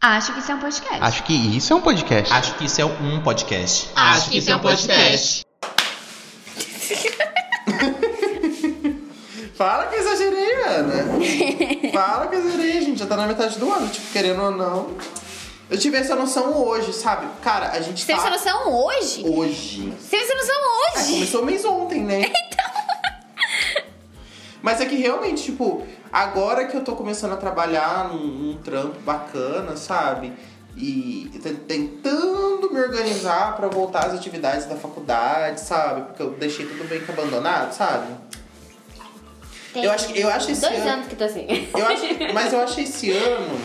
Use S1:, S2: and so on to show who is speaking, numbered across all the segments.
S1: Acho que isso é um podcast.
S2: Acho que isso é um podcast.
S3: Acho que isso é um podcast.
S4: Acho que isso é um podcast.
S5: Fala que eu exagerei, Ana. Fala que eu exagerei, gente. Já tá na metade do ano, tipo, querendo ou não. Eu tive essa noção hoje, sabe? Cara, a gente
S1: Você teve
S5: tá...
S1: essa noção hoje?
S4: assim,
S5: Hoje.
S1: Você teve essa noção
S5: É,
S1: hoje?
S5: começou o mês ontem, né? Então. Mas é que realmente, tipo, agora que eu tô começando a trabalhar num, num trampo bacana, sabe? E te- tentando me organizar pra voltar às atividades da faculdade, sabe? Porque eu deixei tudo bem que abandonado, sabe?
S1: Tem
S5: Eu acho que- eu acho
S1: dois
S5: esse ano-
S1: anos que tô assim.
S5: Eu acho, mas eu acho esse ano.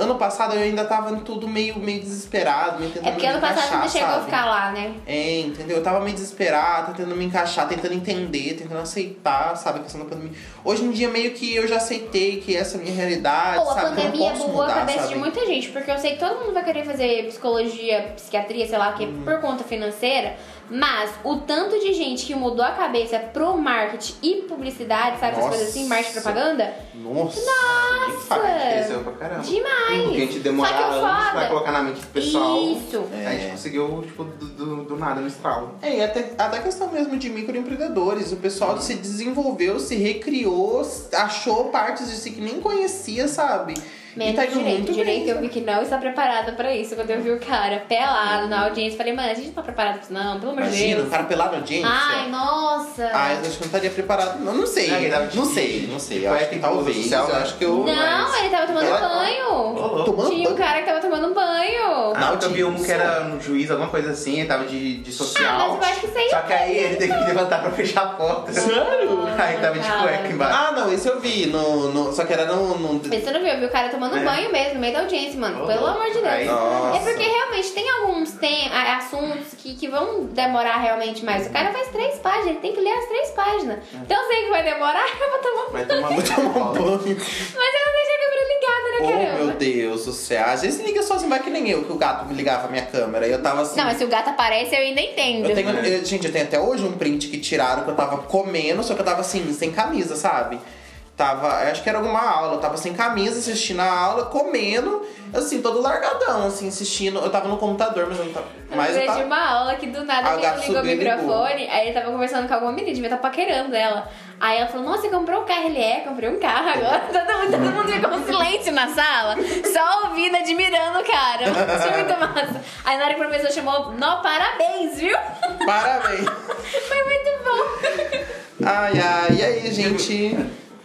S5: Ano passado eu ainda tava tudo meio, meio desesperado, meio tentando
S1: É porque
S5: me
S1: ano passado
S5: encaixar,
S1: não chegou
S5: sabe?
S1: a ficar lá, né?
S5: É, entendeu? Eu tava meio desesperada, tentando me encaixar, tentando entender, tentando aceitar, sabe? A questão da pandemia. Hoje em dia, meio que eu já aceitei que essa é a minha realidade,
S1: Pô, a
S5: sabe? Que eu não
S1: pandemia
S5: posso
S1: bugou
S5: mudar,
S1: a cabeça
S5: sabe?
S1: de muita gente, porque eu sei que todo mundo vai querer fazer psicologia, psiquiatria, sei lá o que,
S5: Uhum.
S1: por conta financeira. Mas o tanto de gente que mudou a cabeça pro marketing e publicidade, sabe? Essas
S5: Nossa.
S1: coisas assim, marketing e propaganda,
S5: Nossa! Nossa!
S1: Nossa!
S4: pra caramba. Porque a
S1: demais!
S4: gente demora
S1: Só que o
S4: anos pra
S1: foda-
S4: colocar na mente do pessoal.
S1: Isso.
S4: A gente conseguiu, tipo, do, do, do nada, no estralo.
S5: É, e até, até a questão mesmo de microempreendedores. O pessoal se desenvolveu, se recriou, achou partes de si que nem conhecia, sabe?
S1: Menos
S5: e tá indo
S1: direito.
S5: muito
S1: direito
S5: bem.
S1: eu vi que não está preparada pra isso. Quando eu vi o cara pelado na audiência, falei, mano, a gente não tá preparado pra isso, não, pelo amor de
S5: Imagina, o
S1: Deus.
S5: cara pelado na audiência.
S1: Ai, nossa!
S5: Ah, eu acho que eu não estaria preparado. Não, não sei.
S4: Não, ele tava
S5: não
S4: de-
S5: sei, não sei. Eu acho
S4: Foi
S5: que
S4: aqui
S5: talvez.
S4: do céu,
S5: eu
S4: né?
S5: acho que eu.
S1: não,
S4: mas-
S1: ele tava tomando
S4: Ela-
S1: banho!
S5: Tomando
S1: Tinha um
S5: banho?
S1: cara que tava tomando banho!
S4: Ah, eu vi um que era um juiz, alguma coisa assim, ele tava de, de
S1: Ah,
S4: social.
S1: mas eu acho que isso aí é
S4: Só que aí ele teve que levantar pra fechar a porta.
S5: Sério?
S4: Aí tava de
S1: Cara.
S4: cueca embaixo.
S5: Ah, não, esse eu vi. No, no- só que era no. no...
S1: Mas você não viu, eu vi o cara tomando
S4: É.
S1: banho mesmo, no meio da audiência, mano.
S4: Ô,
S1: Ah, Pelo amor de Deus.
S4: aí-
S1: É porque realmente tem alguns tem, a- assuntos que, que vão demorar realmente mais. O cara faz três páginas, ele tem que ler as três páginas. Então eu sei que vai demorar, eu vou tomar.
S4: É. Vai tomar
S5: Vou
S1: é
S4: muito
S5: tomar um
S4: mal.
S5: banho.
S1: Mas eu não deixei a câmera
S5: Oh,
S1: ligada, né, Tá caramba?
S5: meu Deus do céu. Às vezes liga só assim, vai que nem eu, que o gato me ligava a minha câmera. E eu tava assim.
S1: Não, mas se o gato aparece, eu ainda entendo.
S5: Eu tenho, eu- gente, eu tenho até hoje um print que tiraram que eu tava comendo, só que eu tava assim, sem camisa, sabe? Tava, eu acho que era alguma aula, eu tava sem camisa, assistindo a aula, comendo, assim, todo largadão, assim, assistindo. Eu tava no computador, mas eu não tava. Mas eu
S1: eu
S5: tava...
S1: de uma aula que do nada
S5: Ah,
S1: a
S5: o
S1: menina
S5: gato
S1: ligou o
S5: subiu e
S1: microfone, aí ele tava conversando com alguma menina, devia estar paquerando ela. Aí ela falou, nossa, você comprou um carro? Ele é, comprei um carro agora. Todo mundo, todo mundo ficou silêncio na sala, só ouvindo, admirando o cara. Achei muito massa. Aí na hora que o professor chamou, nó, parabéns, viu?
S5: Parabéns!
S1: Foi muito bom.
S5: Ai, ai, e aí, gente?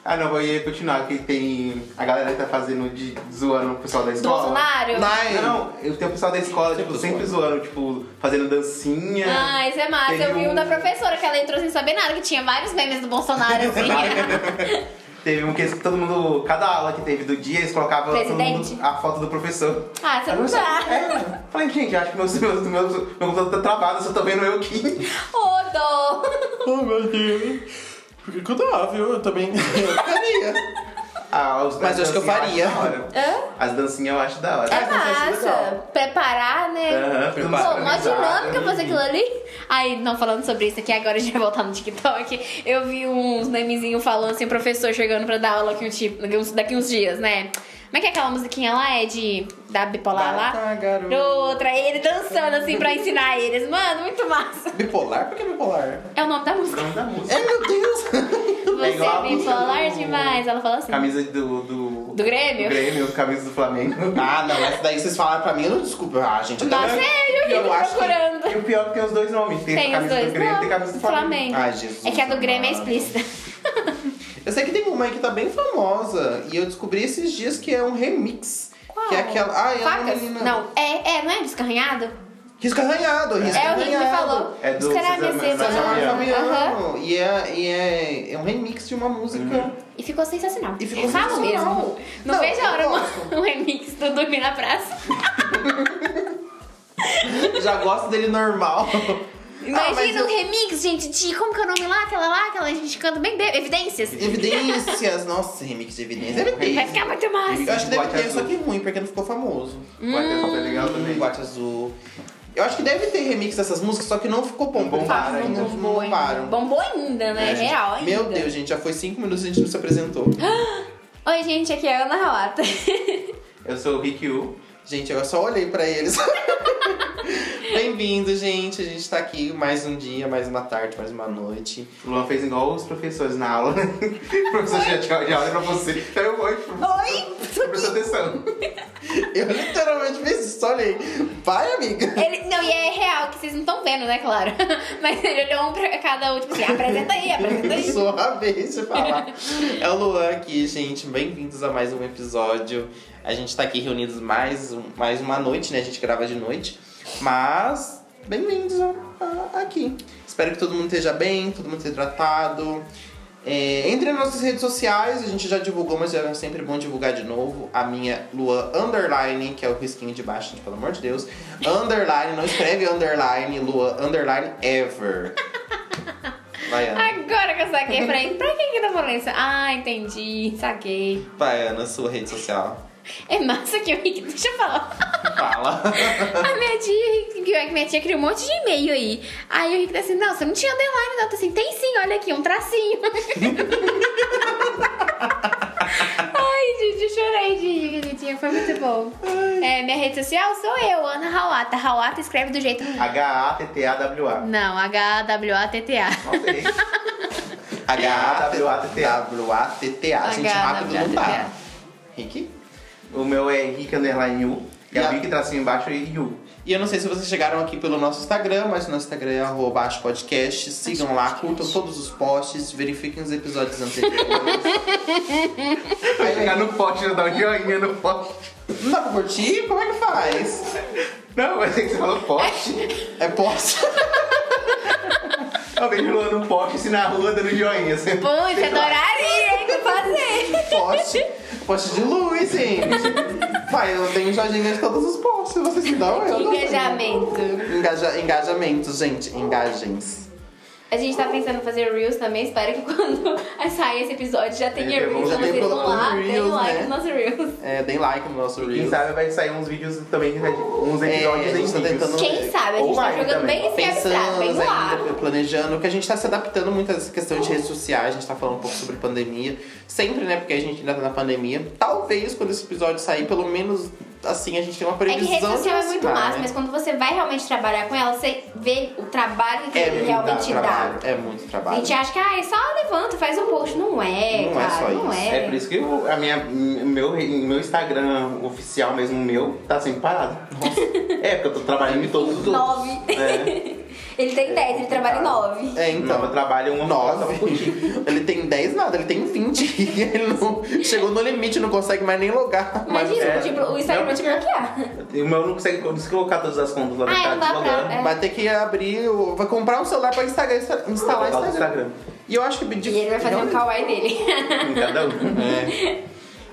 S4: Ah, não, vou ir continuar, que tem a galera que tá fazendo de zoando o pessoal da
S1: Do
S4: escola.
S1: Bolsonaro?
S5: Nai,
S4: Não, não, eu tenho o pessoal da escola, tipo, sempre zoando, tipo, fazendo dancinha.
S1: Ah, isso é massa.
S4: Teve
S1: Eu vi um
S4: um-
S1: da professora que ela entrou sem saber nada, que tinha vários memes do Bolsonaro, assim.
S4: Teve um que todo mundo, cada aula que teve do dia, eles colocavam todo
S1: Presidente.
S4: mundo a foto do professor.
S1: ah, você não dá.
S4: É, falei, gente, acho que meus, meus, meus, meu computador tá travado, eu só tô vendo eu aqui.
S1: Ô, dó.
S5: Oh, meu Deus. Por que que eu tava, viu? Eu também. Eu ficaria.
S4: Ah, os-
S5: Mas eu acho que eu faria.
S4: As dancinhas eu acho da hora. As dancinhas eu acho da hora.
S1: É
S5: mas vai ser
S1: massa.
S5: legal.
S1: Preparar, né?
S4: Aham,
S1: Pô,
S4: preparar,
S1: mó dinâmica
S4: organizar.
S1: fazer aquilo ali. Aí, não, falando sobre isso aqui, agora a gente vai voltar no TikTok. Eu vi uns memezinhos falando assim, professor chegando pra dar aula aqui um tipo, daqui uns, daqui uns dias, né? Como é que é aquela musiquinha lá? É de. da bipolar
S5: Bata,
S1: lá?
S5: garoto.
S1: Outra, ele dançando assim pra ensinar eles. Mano, muito massa.
S5: Bipolar? Por que bipolar?
S1: É o nome da música.
S4: O nome da música.
S5: É, meu Deus!
S1: Você
S4: igual a
S1: é
S4: música
S1: bipolar
S4: do-
S1: demais. Ela fala assim.
S4: Camisa do. Do,
S1: Do Grêmio?
S4: Do Grêmio, camisa do Flamengo.
S5: Ah, não, essa daí vocês falaram pra mim, eu não desculpa. Ah, gente, até
S1: Nossa, é eu que
S5: Eu
S1: tô
S5: acho que-
S1: procurando.
S4: E o pior é que tem os dois nomes. Tem, a
S1: Tem os
S4: camisa
S1: dois.
S4: do Grêmio e tem a
S1: Não,
S4: camisa do Flamengo.
S1: Flamengo.
S5: Ai, Jesus
S1: É que a do Grêmio é
S5: amado.
S1: explícita.
S5: Eu sei que tem uma aí que tá bem famosa e eu descobri esses dias que é um remix.
S1: Qual?
S5: Que é aquela. Ah, é uma
S1: Facas?
S5: menina.
S1: Não, é, é, não é descarranhado?
S5: Risco arranhado, risco
S1: É o que
S5: arranhado.
S1: você falou.
S4: É do
S1: Descarada
S4: César
S1: minha
S4: Mar-
S5: Ah,
S1: semana.
S5: é.
S4: César
S1: Aham.
S5: Fabiano. um E, é, e é, é um remix de uma música.
S1: E ficou sensacional.
S5: E ficou
S1: Eu falo
S5: sensacional.
S1: mesmo. Não,
S5: Não,
S1: vejo a
S5: eu
S1: hora
S5: gosto.
S1: um, um remix do Dormir na Praça.
S5: Já gosto dele normal.
S1: Imagina
S5: eu-
S1: um remix, gente, de. Como que é o nome lá? Aquela lá, aquela gente canta bem. bem Evidências.
S5: Evidências. Nossa, remix de é evidências. Evidências.
S1: Vai ficar muito
S5: Eu
S1: massa.
S5: acho que deve
S4: Boate
S5: ter,
S4: azul. Tá
S5: só que ruim, porque não ficou famoso.
S4: Vai ter roupa
S1: Hum.
S4: legal também.
S5: Um Boate azul. Eu acho que deve ter remix dessas músicas, só que não ficou bom.
S4: Não bombaram
S5: porque
S4: ainda.
S5: não
S1: Bombou ainda.
S5: bombaram. É,
S1: Bombou ainda, né? Real ainda.
S5: Meu Deus, gente, já foi cinco minutos e a gente não se apresentou.
S1: Oi, gente, aqui é a Ana Rawata.
S4: Eu sou o Rick Yu.
S5: Gente, eu só olhei pra eles. Bem-vindo, gente. A gente tá aqui mais um dia, mais uma tarde, mais uma noite.
S4: O Luan fez igual os professores na aula, né? O professor já tinha de aula é pra você. Aí eu oi, professor.
S1: Oi!
S4: Presta atenção.
S5: Eu literalmente fiz isso, só olhei. Vai, amiga.
S1: Ele, não, e é real, que vocês não estão vendo, né, claro? Mas ele olhou um pra cada um, tipo assim, apresenta aí, apresenta aí.
S5: Sua vez de falar. É o Luan aqui, gente. Bem-vindos a mais um episódio. A gente tá aqui reunidos mais, um- mais uma noite, né? A gente grava de noite. Mas, bem-vindos a- a- aqui. Espero que todo mundo esteja bem, todo mundo esteja tratado. É, entre nas nossas redes sociais, a gente já divulgou, mas é sempre bom divulgar de novo. A minha Luan Underline, que é o risquinho de baixo, gente, pelo amor de Deus. Underline, não escreve underline, Luan Underline Ever. Vai, Ana.
S1: Agora que eu saquei, falei, pra que que tá falando isso? Ah, entendi, saquei.
S5: Vai, Ana, sua rede social.
S1: É massa que o Rick, deixa eu falar.
S5: Fala.
S1: A minha tia, pior que minha tia criou um monte de e-mail aí. Aí o Rick tá assim, não, você não tinha underline, não. Eu tô assim, tem sim, olha aqui, um tracinho. Ai, gente, eu chorei de rir, queridinha, foi muito bom. É, minha rede social sou eu, Ana Hawata. Hawata escreve do jeito...
S4: H-A-T-T-A-W-A.
S1: Não, H-W-A-T-T-A.
S4: Não sei.
S5: H-A-W-A-T-T-A. W-A-T-T-A. Gente, rápido não dá.
S1: H-A-W-A-T-T-A.
S5: Rick?
S4: O meu é Henrique Underline U. E a
S5: Yeah.
S4: Vicky tracinho embaixo é Yu.
S5: E eu não sei se vocês chegaram aqui pelo nosso Instagram, mas nosso Instagram é arroba Acho podcast. Sigam lá, curtam todos os posts, verifiquem os episódios anteriores.
S4: Vai chegar no pote, já dá um joinha no pote.
S5: não dá pra curtir? Como é que faz?
S4: Não, mas tem que você falou pote.
S5: É post?
S4: Eu vejo o Luan no pote, assim, na rua, dando joinha. Assim.
S1: Puxa, adoraria, é hein, que fazer.
S5: Post. Post de luz, gente. Vai, eu tenho joinha de todos os posts. Vocês me dão eu. dou.
S1: Engajamento.
S5: Engaja, engajamentos, gente. Engagens.
S1: A gente tá pensando em fazer Reels também. Espero que quando sair esse episódio já tenha
S4: É,
S1: Reels.
S4: já
S1: então
S5: tem
S1: Vocês vão
S5: colocado
S1: lá,
S5: Reels,
S1: tem like
S5: né?
S1: nos nossos Reels.
S5: É, deem like no nosso
S4: Quem
S5: reel.
S4: sabe vai sair uns vídeos também, né, uns
S5: É,
S4: episódios
S5: a
S4: em
S5: gente tá
S4: vídeos.
S5: tentando-
S1: Quem sabe? A gente tá
S4: Online
S1: jogando
S4: também.
S1: bem esse abstrato,
S5: Pensando,
S1: bem no ar.
S5: ainda, né, planejando, que a gente tá se adaptando muito a essa questão de redes sociais, a gente tá falando um pouco sobre pandemia, sempre, né, porque a gente ainda tá na pandemia. Talvez quando esse episódio sair, pelo menos assim, a gente tem uma
S1: É que
S5: previsão.
S1: rede social é
S5: de
S1: muito
S5: vacinar,
S1: massa,
S5: né?
S1: mas quando você vai realmente trabalhar com ela, você vê o trabalho que
S5: é
S1: ele
S5: muito
S1: realmente dá.
S5: trabalho, É muito
S1: A
S5: trabalho.
S1: gente acha que, ah, é só levanta, faz um post. Não é,
S5: Não é
S1: cara.
S5: só
S1: não
S5: isso.
S1: é.
S4: É por isso que eu- a minha, meu, meu Instagram oficial mesmo, meu, tá sempre parado. é, porque eu tô trabalhando em todos os outros.
S1: Nove.
S4: É,
S1: Ele tem dez, ele trabalha em nove.
S5: É,
S4: então, eu
S5: então.
S4: trabalho uma hora só
S5: Nove.
S4: pra curtir.
S5: ele tem 10 nada, ele tem 20. ele não, chegou no limite, não consegue mais nem logar. Mas,
S1: Imagina,
S4: é.
S1: tipo, o Instagram vai te bloquear.
S4: E o meu não consegue deslocar todas as contas lá
S1: Ah,
S4: tá
S1: não dá pra-
S4: deslogando.
S1: é.
S5: vai ter que abrir, o- vai comprar um celular pra Instagram, insta- instalar
S4: Instalar
S5: Instagram.
S4: o Instagram.
S5: E eu acho que de-
S1: E ele vai fazer um kawaii dele.
S4: Em cada um.
S5: É.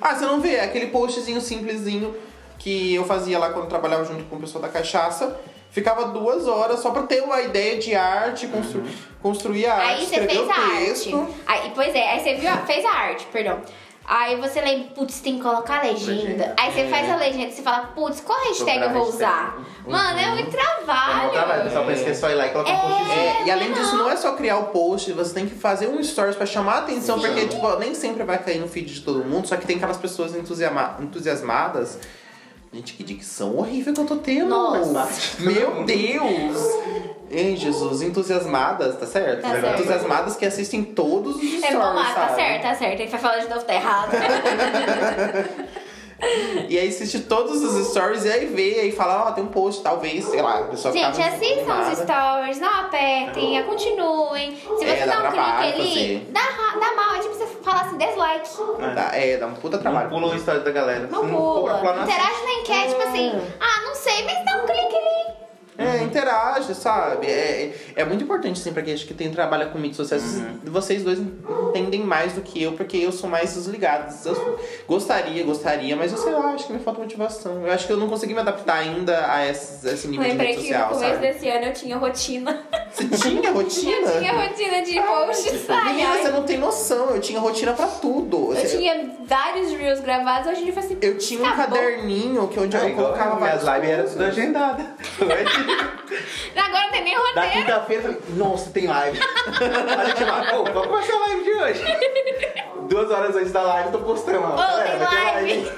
S5: Ah, você não vê? É aquele postzinho simplesinho que eu fazia lá quando trabalhava junto com o pessoal da cachaça. Ficava duas horas só pra ter uma ideia de arte, constru- construir a arte,
S1: Aí você
S5: escrever
S1: fez
S5: Ah, o
S1: a
S5: texto.
S1: arte. Aí, pois é, aí você viu, a- fez a arte, perdão. Aí você lembra, putz, tem que colocar a legenda.
S4: Legenda.
S1: Aí
S5: É.
S1: você faz a legenda e você fala, putz, qual hashtag eu vou usar?
S5: Uhum.
S1: Mano, é muito
S4: Não dá mais,
S1: trabalho.
S5: tá
S4: pessoal pensa que é só ir lá e colocar um
S1: É.
S4: postzinho.
S5: É, e além disso, não é só criar o post, você tem que fazer um stories pra chamar a atenção,
S4: Sim.
S5: porque tipo, nem sempre vai cair no feed de todo mundo, só que tem aquelas pessoas entusiasma- entusiasmadas. Gente, que dicção horrível que eu tô tendo!
S1: Nossa.
S5: Meu Deus! Ei, Jesus, entusiasmadas, tá certo?
S1: Tá certo.
S5: Entusiasmadas que assistem todos os stories,
S1: É bom lá,
S5: sabe?
S1: tá certo, tá certo. Ele vai falar de novo, tá errado.
S5: E aí assiste todos os stories e aí vê, e aí fala, ó, tem um post, talvez, sei lá, a pessoa
S1: Gente,
S5: ficava
S1: assistam os
S5: desanimada.
S1: stories, não apertem, continuem. Se
S5: Tá É,
S1: você
S5: dá
S1: dá um
S5: trabalho
S1: clique ali,
S5: fazer.
S1: dá, ra- dá mal. É tipo você falar assim, dislike.
S5: Dá- É, dá um puta
S4: Não
S5: trabalho.
S4: pula o story da galera.
S1: Não
S5: Um
S4: Se
S1: pula.
S4: não assiste.
S1: Interage na enquete, tipo assim, ah, não sei, mas dá um clique ali.
S5: É, interage, sabe? É, é- é muito importante, assim, pra quem acho que tem, trabalha com mídias sociais.
S4: Uhum.
S5: Vocês dois entendem mais do que eu, porque eu sou mais desligado. Eu gostaria, gostaria, mas eu sei lá, acho que me falta motivação. Eu acho que eu não consegui me adaptar ainda a esse, a esse nível
S1: Lembrei
S5: de
S1: que
S5: mídia
S1: no
S5: social,
S1: começo
S5: sabe?
S1: desse ano eu tinha rotina.
S5: Você tinha rotina?
S1: Eu tinha rotina Ah, de posts. Ai,
S5: Menina,
S1: ai.
S5: você não tem noção. Eu tinha rotina pra tudo.
S1: Eu
S5: Você-
S1: tinha vários reels gravados, hoje em dia eu faço assim.
S5: eu tinha um
S1: acabou.
S5: caderninho que onde
S4: É,
S5: eu
S4: igual
S5: colocava
S4: minhas
S5: várias
S4: lives eram
S5: coisas.
S4: tudo agendadas.
S1: Agora não tem nem
S4: Na
S1: roteiro.
S4: quinta-feira, eu falei, nossa, tem live. Aí eu te falo, pô, vamos começar a live de hoje.
S5: é,
S4: Duas horas antes da live, eu tô postando. ó,
S1: Ô,
S4: galera,
S1: tem
S4: vai ter
S1: live.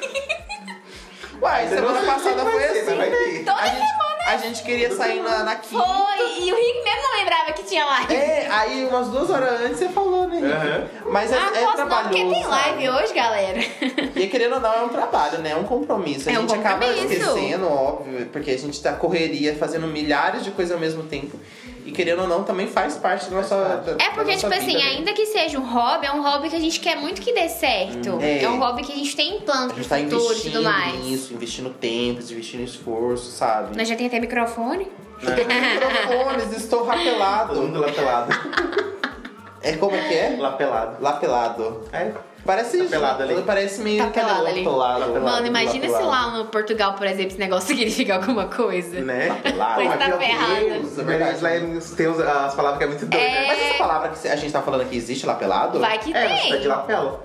S5: Uai,
S4: Ainda
S5: semana
S4: não sei
S5: passada
S4: como vai
S5: foi
S4: ser, mas vai
S5: assim.
S4: ter.
S1: Toda
S5: A gente, a gente queria sair na, na quinta.
S1: Foi, e o Rick mesmo não lembrava que tinha live.
S5: É, aí umas duas horas antes você falou, né? Henrique? Mas é,
S1: ah,
S5: é
S1: posso não,
S5: trabalhoso.
S1: porque tem live
S5: sabe?
S1: hoje, galera.
S5: E querendo ou não, é um trabalho, né? É um compromisso. A
S1: É um
S5: gente acaba
S1: compromisso.
S5: esquecendo, óbvio, porque a gente tá correria fazendo milhares de coisas ao mesmo tempo. E querendo ou não, também faz parte da nossa. da-
S1: É porque,
S5: da nossa
S1: tipo assim,
S5: vida, né?
S1: ainda que seja um hobby, é um hobby que a gente quer muito que dê certo.
S5: É.
S1: É, um hobby que a gente tem em plano
S5: A
S1: pro
S5: gente tá
S1: futuro e tudo
S5: investindo
S1: mais.
S5: nisso, investindo tempo, investindo esforço, sabe?
S1: Nós já tem até microfone.
S5: Microfones, estou
S4: Tá Todo mundo
S5: rapelado.
S4: lapelado.
S5: É como é que é?
S4: Lapelado.
S5: Lapelado.
S4: É.
S5: Parece
S4: Lapelado ali.
S5: Parece meio é
S1: Tá pelado ali.
S5: lapelado,
S1: Mano, imagina se
S5: lapelado.
S1: lá no Portugal, por exemplo, esse negócio significa alguma coisa.
S4: Né?
S5: Lapelado.
S1: Pois tá
S4: Aqui, ó,
S1: ferrado.
S4: Deus, na verdade, lá é- tem uns- as palavras que é muito doida.
S1: É.
S5: Mas essa palavra que a gente tá falando aqui existe lapelado?
S1: Vai que
S4: É, você tá de
S1: tem.
S4: lapela.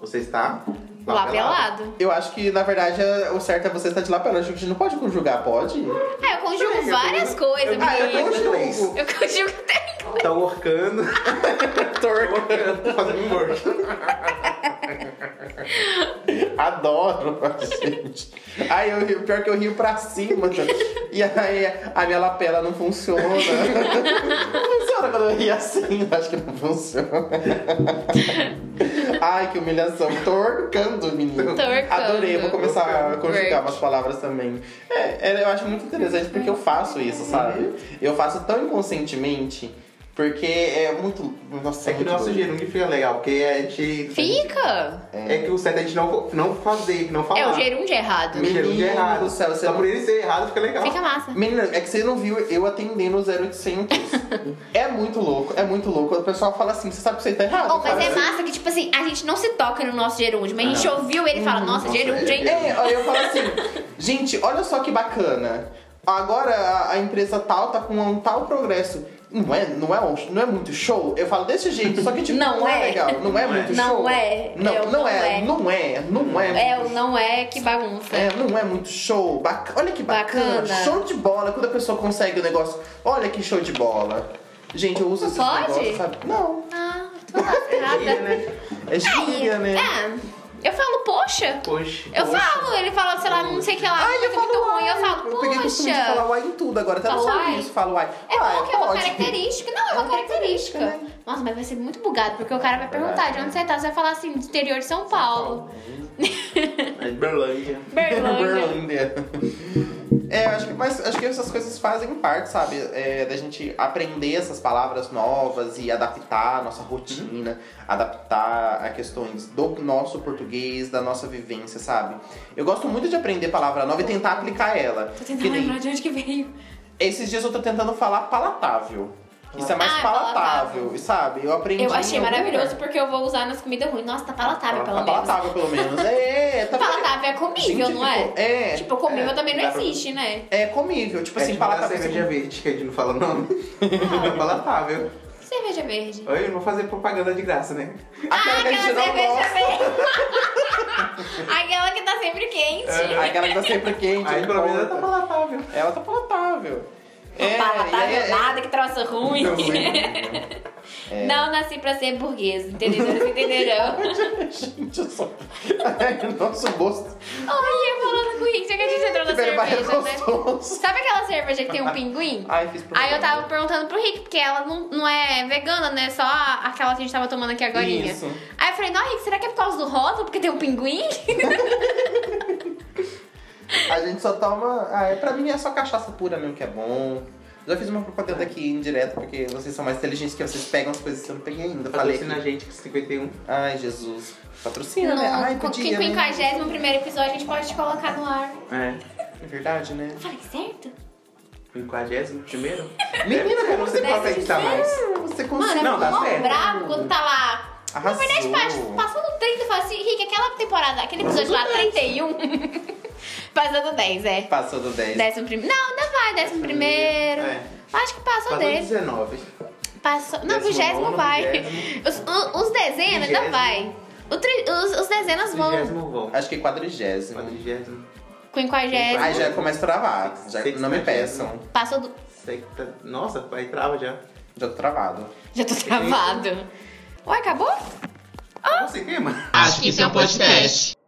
S4: Você está
S1: Lá pelado.
S5: Eu acho que, na verdade, é- o certo é você estar de lapelado. Acho que a gente não pode conjugar, pode?
S1: Ah, eu conjugo
S4: Sim, eu
S1: várias
S4: conjugo-
S1: coisas,
S4: eu- ah, eu
S1: menino.
S4: conjugo.
S1: Eu conjugo até.
S4: Tá workando.
S5: Torto.
S4: Tá fazendo work.
S5: Adoro, gente. Aí eu rio, pior que eu rio pra cima. tá? E aí a minha lapela não funciona. Não funciona quando eu rio assim, eu acho que não funciona. Ai, que humilhação. Torcando, menino.
S1: Torcando.
S5: Adorei, eu vou começar a conjugar
S1: Work.
S5: umas palavras também. É, é, eu acho muito interessante porque eu faço isso, sabe? Eu faço tão inconscientemente. Porque é muito. Nossa,
S4: É que
S5: muito
S4: não
S5: doido.
S4: sugiro que fica legal, porque a gente.
S1: Fica!
S4: É que o certo é a gente não, não fazer, não falar.
S1: É o gerúndio errado.
S4: O gerúndio
S5: Menino
S4: é errado.
S5: do céu, você
S4: Só
S5: não-
S4: por ele ser errado fica legal.
S1: Fica massa.
S5: Menina, é que você não viu eu atendendo o 0800. é muito louco, é muito louco. O pessoal fala assim, você sabe que você tá errado?
S1: Oh, mas
S5: Fala
S1: é
S5: assim.
S1: massa que, tipo assim, a gente não se toca no nosso gerúndio, mas a gente ouviu ele e fala, nossa, um
S4: Ah. Nossa,
S1: gerúndio,
S4: é-
S1: hein?
S5: É, ó, eu falo assim, gente, olha só que bacana. Agora a, a empresa tal tá com um tal progresso. Não é, não é, um- não é muito show? Eu falo desse jeito, só que tipo,
S1: Não é.
S5: legal. Não é
S4: Não
S5: muito
S4: é.
S1: Não
S5: show.
S1: é.
S5: Não,
S1: Eu
S5: não,
S1: não
S5: é,
S1: é.
S5: não é, não é.
S1: É,
S5: muito
S1: o não é, que bagunça.
S5: É, não é muito show. Bac- Olha que bacana.
S1: Bacana.
S5: Show de bola. Quando a pessoa consegue o negócio, olha que show de bola. Gente, eu uso
S1: Não
S5: esse
S1: pode?
S5: negócio, sabe? Não.
S1: Ah, tô lascada.
S4: É, né?
S5: É gíria, né?
S1: É, eu falo, poxa.
S4: Poxa.
S1: Eu falo, ele fala, sei lá, não sei o que lá,
S5: Ai,
S1: muito,
S5: eu falo
S1: muito ruim.
S5: uai.
S1: Eu falo,
S5: Eu peguei costume de falar
S1: poxa.
S5: uai em tudo agora. Até não
S1: Fala
S5: sabia
S1: uai.
S5: isso. Falo uai.
S1: É
S5: uai,
S1: porque é uma
S5: pode.
S1: característica. Não, é uma característica.
S5: né?
S1: Nossa, mas vai ser muito bugado, porque o cara vai perguntar de onde você tá. Você vai falar assim, do interior de São Paulo.
S4: É de Berlândia.
S1: Tipo Berlândia.
S5: Berlândia. É, eu acho que, mas acho que essas coisas fazem parte, sabe? É, da gente aprender essas palavras novas e adaptar a nossa rotina, adaptar a questões do nosso português, da nossa vivência, sabe? Eu gosto muito de aprender palavra nova e tentar aplicar ela.
S1: Tô
S5: Que
S1: tentando
S5: nem-
S1: lembrar de onde que veio.
S5: esses dias eu tô tentando falar palatável. Isso é mais
S1: Ah, é
S5: palatável, sabe? Eu aprendi.
S1: Eu achei
S5: em algum
S1: maravilhoso
S5: lugar.
S1: porque eu vou usar nas comidas ruins. Nossa, tá palatável, pelo
S5: é. Tá
S1: menos.
S5: palatável, pelo menos. É, tá
S1: Palatável é comível,
S5: Gente,
S1: não é?
S5: ficou- é,
S1: Tipo, comível
S4: é,
S1: também não
S4: dá pra-
S1: existe, né?
S5: É comível. Tipo
S4: é
S5: assim,
S4: tipo aquela
S5: palatável.
S4: cerveja verde, que a gente não fala o nome.
S1: Ah.
S4: é palatável.
S1: Que cerveja verde.
S4: Olha, eu não vou fazer propaganda de graça, né?
S1: Ah,
S5: Aquela que É, a
S1: aquela
S5: gente não
S1: cerveja
S5: gosta.
S1: verde. aquela que tá sempre quente.
S5: Aquela que tá sempre quente.
S4: Aí
S5: não
S4: pelo menos ela tá
S5: importa.
S4: palatável.
S5: Ela tá palatável. É,
S1: Tá Palatável
S5: é, é,
S1: nada, que troço ruim.
S4: Então,
S5: Eu fui.
S4: né?
S1: Não nasci pra ser burguesa, entendeu? Vocês entenderão.
S5: Gente, eu sou. É, Nosso gosto.
S1: Olha, falando com o Rick, você que a gente entrou na
S5: Primeiro bairro
S1: cerveja, né?
S5: gostoso.
S1: Sabe aquela cerveja que tem um pinguim?
S5: Ai, fiz propaganda.
S1: Aí eu tava perguntando pro Rick, porque ela não, não é vegana, né? Só a- aquela que a gente tava tomando aqui agora.
S5: Isso.
S1: Aí eu falei, não, Rick, será que é por causa do rótulo? Porque tem um pinguim?
S5: A gente só toma. Ah, é, pra mim é só cachaça pura mesmo que é bom. Já fiz uma propaganda
S1: Tá.
S5: aqui indireta, porque vocês são mais inteligentes que vocês pegam as coisas que eu não peguei ainda. Falei.
S4: Patrocina a gente que 51.
S5: Ai, Jesus. Patrocina, né? Ai,
S1: No
S5: podia, né?
S1: 51 primeiro episódio, a gente pode te colocar no ar.
S4: É.
S5: É verdade, né?
S1: Eu falei, certo?
S4: 51 primeiro?
S5: Menina,
S4: eu não sei qual que a gente tá mais.
S5: Você
S1: Mano,
S5: conseguiu.
S1: eu
S4: Não, dá
S1: fico mó
S4: certo.
S1: bravo quando tá lá. Na verdade,
S5: Arrasou.
S1: passa- passando 30, eu falo assim, Rick, aquela temporada, aquele episódio lá, 31. passando 10, é.
S5: Passou do 10.
S1: Décimo primeiro. Não, ainda vai, décimo primeiro.
S4: É.
S1: Acho que passou
S4: Passou
S1: desse.
S4: 19.
S1: Passou. Não,
S4: Décimo
S1: vigésimo
S4: nono,
S1: vai.
S4: vigésimo.
S1: Os, o- os dezenas ainda
S4: Vigésimo.
S1: vai. O tri- os, os dezenas vão.
S4: 20 vão.
S5: Acho que quadrigésimo.
S4: 40.
S1: Quinquagésimo.
S5: Ai, já começa a travar. Já,
S4: Sexta-
S5: não me peçam.
S1: Passou do.
S4: Sexta. tá- Nossa, aí trava já.
S5: Já tô travado.
S1: Já tô travado. Ué, acabou?
S4: Ah, você queima?
S3: Acho que isso é um podcast.